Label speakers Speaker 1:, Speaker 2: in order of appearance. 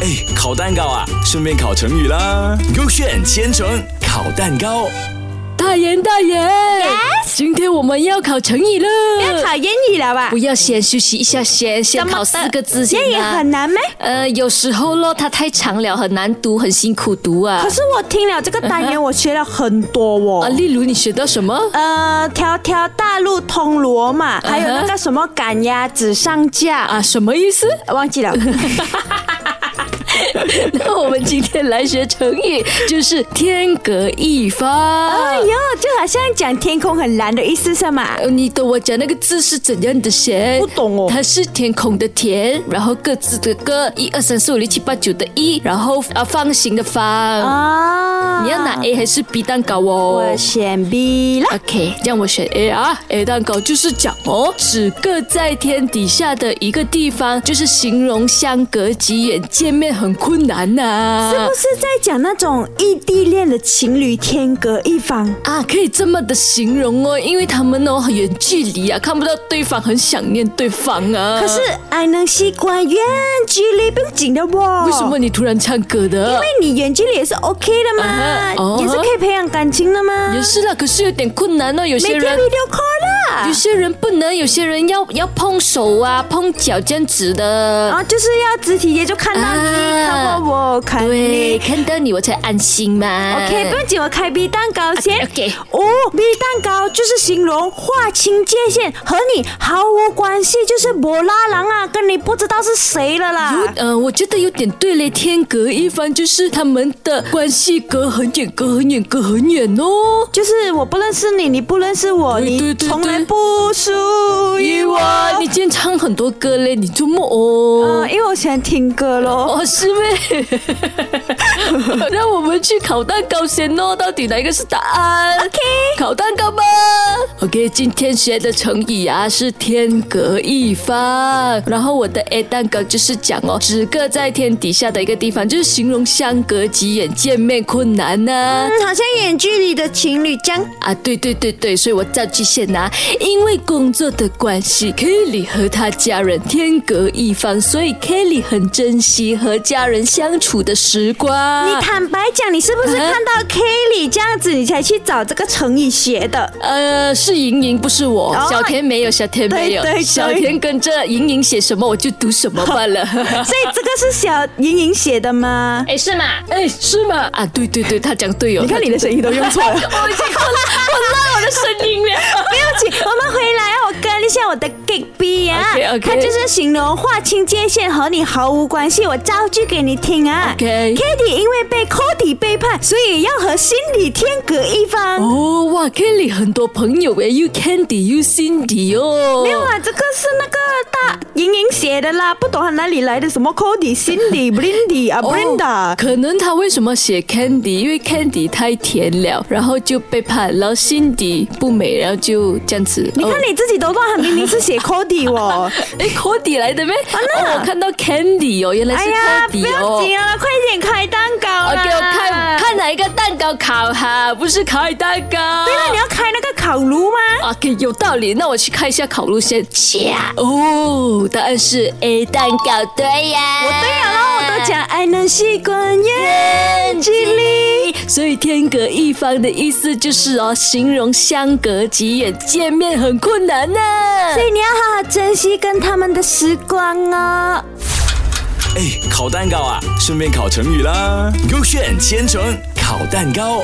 Speaker 1: 哎，烤蛋糕啊，顺便烤成语啦。勾选千层烤蛋糕，
Speaker 2: 大人大人今天我们要考成语了。
Speaker 3: 要考英语了吧
Speaker 2: 呃不？要先休息一下先，先
Speaker 3: 怎么
Speaker 2: 考四个字先、啊。
Speaker 3: 这也很难咩？
Speaker 2: 呃，有时候咯，它太长了，很难读，很辛苦读啊
Speaker 3: 可。是我听了这个单元，我学了很多
Speaker 2: 啊，
Speaker 3: 哦。
Speaker 2: 例如你学到什么？
Speaker 3: 呃，条条大路通罗马，还有那个什么赶鸭子上架，
Speaker 2: 啊，什么意思？
Speaker 3: 忘记了。
Speaker 2: 啊那我们今天来学成语，就是天各一方。
Speaker 3: 哎呦，就好像讲天空很蓝的意思是吗？
Speaker 2: 呃你懂我讲那个字是怎样的写？
Speaker 3: 不懂哦
Speaker 2: 它是天空的天，然后各自的各，一二三四五六七八九的一，然后啊方形的方。
Speaker 3: 啊，
Speaker 2: 你要拿 A 还是 B 蛋糕哦
Speaker 3: 我？选 B 啦。
Speaker 2: OK，让我选 A 啊！A 蛋糕就是讲哦，只各在天底下的一个地方，就是形容相隔几远，见面很困难呐、
Speaker 3: 是不是在讲那种异地恋的情侣天隔一方？
Speaker 2: 啊，可以这么的形容哦，因为他们哦很远距离啊，看不到对方，很想念对方啊。
Speaker 3: 可是爱能习惯远距离不紧的哦。
Speaker 2: 为什么你突然唱歌的？
Speaker 3: 因哎为你远距离也是 OK 的嘛
Speaker 2: 嗯哼哦
Speaker 3: 也是可以培养感情的嘛。
Speaker 2: 也是啦，可是有点困难哦，有
Speaker 3: 每
Speaker 2: 些
Speaker 3: 天
Speaker 2: 人。
Speaker 3: video call 啦
Speaker 2: 有，些人不能，有些人要要碰手啊，碰脚这样子的。
Speaker 3: 然后哦就是要肢体接触，看到你，
Speaker 2: 啊
Speaker 3: 看到我，看
Speaker 2: 对，
Speaker 3: 你。
Speaker 2: 看到你我才安心嘛。
Speaker 3: OK，不用紧，我开 B 蛋糕先。
Speaker 2: OK，OK
Speaker 3: 哦，B 蛋糕就是形容划清界限，和你毫无关系，就是博拉郎啊，跟你不知道是谁了啦。
Speaker 2: 呃，我觉得有点对嘞，天隔一方就是他们的关系隔很远，隔很远，隔很远哦。
Speaker 3: 就是我不认识你，你不认识我，
Speaker 2: 对对
Speaker 3: 你
Speaker 2: 对
Speaker 3: 从
Speaker 2: 对
Speaker 3: 来不属于我。
Speaker 2: 哇，你今天唱很多歌嘞，你做梦哦
Speaker 3: 嗯，。因为我喜欢听歌咯。
Speaker 2: 哦，是 呗。让我们去烤蛋糕先哦，到底哪一个是答案？OK，烤蛋糕吧。OK，今天学的成语啊是天隔一方，然后我的 A 蛋糕就是讲哦，只隔在天底下的一个地方，就是形容相隔几远，见面困难呢、啊。
Speaker 3: 嗯，好像远距离的情侣这样。
Speaker 2: 对对对对，所以我造句先拿，啊因为工作的关系，Kelly 和他家人天隔一方，所以 Kelly 很珍惜和家人相处的时光。
Speaker 3: 你坦白讲，你是不是
Speaker 2: 啊
Speaker 3: 看到 Kelly 这样子，你才去找这个成语学的？
Speaker 2: 呃，是莹莹，不是我。
Speaker 3: 哦
Speaker 2: 小田没有，小田没有，
Speaker 3: 对对对
Speaker 2: 小田跟着莹莹写什么，我就读什么罢 了。
Speaker 3: 所以这个是小莹莹写的吗？
Speaker 2: 哎，是吗？哎，是吗？啊，对对对，他讲对哦。
Speaker 3: 你看你的声音都用错了 哦
Speaker 2: 我已经混乱混乱我的声音了。
Speaker 3: 不要紧，我们回来啊我跟一下我的 Gig B 啊，
Speaker 2: OK，OK
Speaker 3: 它就是形容划清界限和你毫无关系。我造句给你听啊。
Speaker 2: OK
Speaker 3: Kitty 因为被 Cody 背叛，所以要和心理天隔一 方。
Speaker 2: 哦，哇，Kelly 很多朋友诶 y o u Candy You Cindy 哦。
Speaker 3: 没有啊，这个是那个大莹莹写的啦，不懂他哪里来的什么 Cody、Cindy、Blindy 啊、
Speaker 2: 哦
Speaker 3: Brenda。
Speaker 2: 可能他为什么写 Candy？因为 Candy 太甜了，然后就背叛，然后 Cindy 不美，然后就这样子。
Speaker 3: 你
Speaker 2: 哦
Speaker 3: 看你自己都乱，他明明是 写 Cody 哦。
Speaker 2: 哎，Cody 来的咩？哦，我看到 Candy 哦，原来
Speaker 3: 啊哎
Speaker 2: 是
Speaker 3: 呀，不
Speaker 2: Cody
Speaker 3: 要
Speaker 2: 哦。
Speaker 3: 紧啊，快点开蛋糕啦！
Speaker 2: 啊，给我看看哪一个蛋糕烤哈，不是烤蛋糕。
Speaker 3: 对啊了，你要开那个烤炉吗？
Speaker 2: 啊，给有道理。那我去看一下烤路线。呀
Speaker 3: 啊
Speaker 2: 哦，答案是 A 蛋糕，对呀。
Speaker 3: 我对了咯，我都。讲爱能习惯远距离。
Speaker 2: 所以天隔一方的意思就是哦，形容相隔几远，见面很困难呢、
Speaker 3: 所以你要好好珍惜跟他们的时光哦。
Speaker 1: 哎，烤蛋糕啊，顺便烤成语啦。勾选千层烤蛋糕。